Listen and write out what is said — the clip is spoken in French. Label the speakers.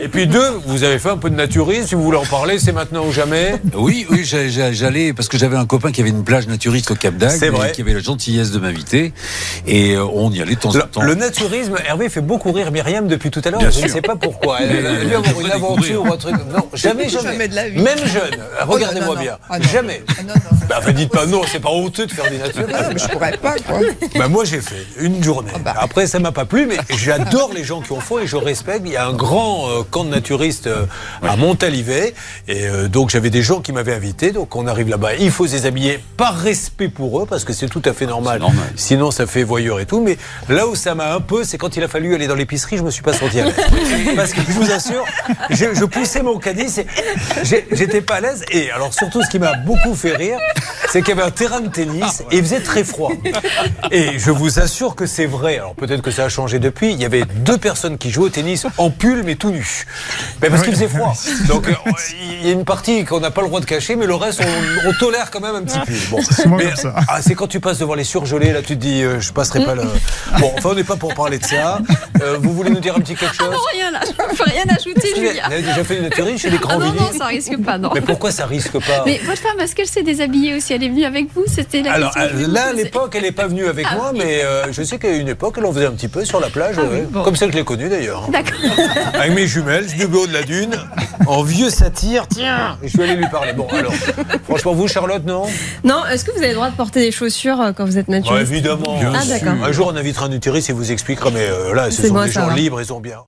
Speaker 1: Et puis deux, vous avez fait un peu de naturisme. Si vous voulez en parler, c'est maintenant ou jamais.
Speaker 2: Oui, oui, j'a- j'a- j'allais parce que j'avais un copain qui avait une plage naturiste au Cap
Speaker 1: C'est
Speaker 2: d'Agde,
Speaker 1: vrai.
Speaker 2: et qui avait la gentillesse de m'inviter, et euh, on y allait de temps en temps.
Speaker 1: Le, le naturisme, Hervé fait beaucoup rire Myriam depuis tout à l'heure.
Speaker 2: Bien
Speaker 1: Je ne
Speaker 2: sûr.
Speaker 1: sais pas pourquoi. Elle a
Speaker 2: Mais,
Speaker 1: dû
Speaker 2: euh,
Speaker 1: avoir
Speaker 2: faut
Speaker 1: une
Speaker 2: découvrir.
Speaker 1: aventure ou un truc. Non, jamais, jamais.
Speaker 3: Jamais de la vie. Oh,
Speaker 1: Même jeune. Regardez-moi
Speaker 3: non, non.
Speaker 1: bien.
Speaker 3: Ah, non.
Speaker 1: Jamais.
Speaker 3: Ah, non, non, ça,
Speaker 1: Bah,
Speaker 3: c'est
Speaker 1: bah, dites pas
Speaker 3: impossible.
Speaker 1: non, c'est pas honteux de faire du
Speaker 3: Ah, non,
Speaker 1: naturisme.
Speaker 3: mais je pourrais pas, quoi.
Speaker 1: Bah moi j'ai fait une journée.
Speaker 3: bah.
Speaker 1: Après ça m'a pas plu, mais j'adore les gens qui en font et je respecte. Il y a un grand euh, camp de naturistes euh, à Montalivet et euh, donc j'avais des gens qui m'avaient invité. Donc on arrive là-bas, il faut se déshabiller par respect pour eux parce que c'est tout à fait normal.
Speaker 2: Ah, C'est normal.
Speaker 1: Sinon ça fait voyeur et tout. Mais là où ça m'a un peu, c'est quand il a fallu aller dans l'épicerie, je me suis pas senti à l'aise parce que je vous assure, je, je poussais mon caddie, et j'ai- j'étais pas à l'aise. Et alors surtout ce qui m'a beaucoup fait rire, c'est qu'il y avait un terrain de
Speaker 4: Ah,
Speaker 1: tennis et il faisait très froid. Et je vous assure que c'est vrai. Alors peut-être que ça a changé depuis. Il y avait deux personnes qui jouaient au tennis en pull mais tout nu. Mais parce qu'il faisait froid. Donc euh, il y a une partie qu'on n'a pas le droit de cacher, mais le reste on, on tolère quand même un petit pull. Bon.
Speaker 4: souvent
Speaker 1: Mais-
Speaker 4: comme ça.
Speaker 1: ah, c'est quand tu passes devant les surgelés, là tu te dis euh, je passerai pas le.
Speaker 4: Mm.
Speaker 1: Bon, enfin on n'est pas pour parler de ça. Euh, vous voulez nous dire un petit quelque chose
Speaker 5: Rien là, Ah, je peux rien ajouter,
Speaker 1: vous avez
Speaker 5: Julia.
Speaker 1: vous avez déjà fait une naturisme chez les
Speaker 5: Ah
Speaker 1: grands
Speaker 5: non, non,
Speaker 1: villiers
Speaker 5: ça risque pas, non.
Speaker 1: Mais pourquoi ça risque pas
Speaker 5: Mais votre femme, est-ce qu'elle s'est déshabillée aussi Elle est venue avec vous C'était la
Speaker 1: Alors
Speaker 5: question que je
Speaker 1: euh,
Speaker 5: vous
Speaker 1: là, à
Speaker 5: posais.
Speaker 1: l'époque, elle n'est pas venue avec
Speaker 5: Ah,
Speaker 1: moi,
Speaker 5: oui.
Speaker 1: mais euh, je sais qu'à une époque, elle en faisait un petit peu sur la plage,
Speaker 5: Ah oui,
Speaker 1: ouais.
Speaker 5: bon.
Speaker 1: comme celle que je l'ai connue d'ailleurs. hein.
Speaker 5: D'accord.
Speaker 1: Avec mes jumelles, du haut de la dune, en vieux satire, tiens Et Je suis allé lui parler. Bon, alors, franchement, vous, Charlotte, non
Speaker 6: Non, est-ce que vous avez le droit de porter des chaussures euh, quand vous êtes
Speaker 1: Bah,
Speaker 6: naturiste
Speaker 1: Évidemment.
Speaker 6: Ah, d'accord.
Speaker 1: Un jour, on invitera un utériste et vous expliquera, mais euh, là, ce
Speaker 6: C'est
Speaker 1: sont
Speaker 6: bon à
Speaker 1: des gens
Speaker 6: savoir.
Speaker 1: libres, ils ont bien.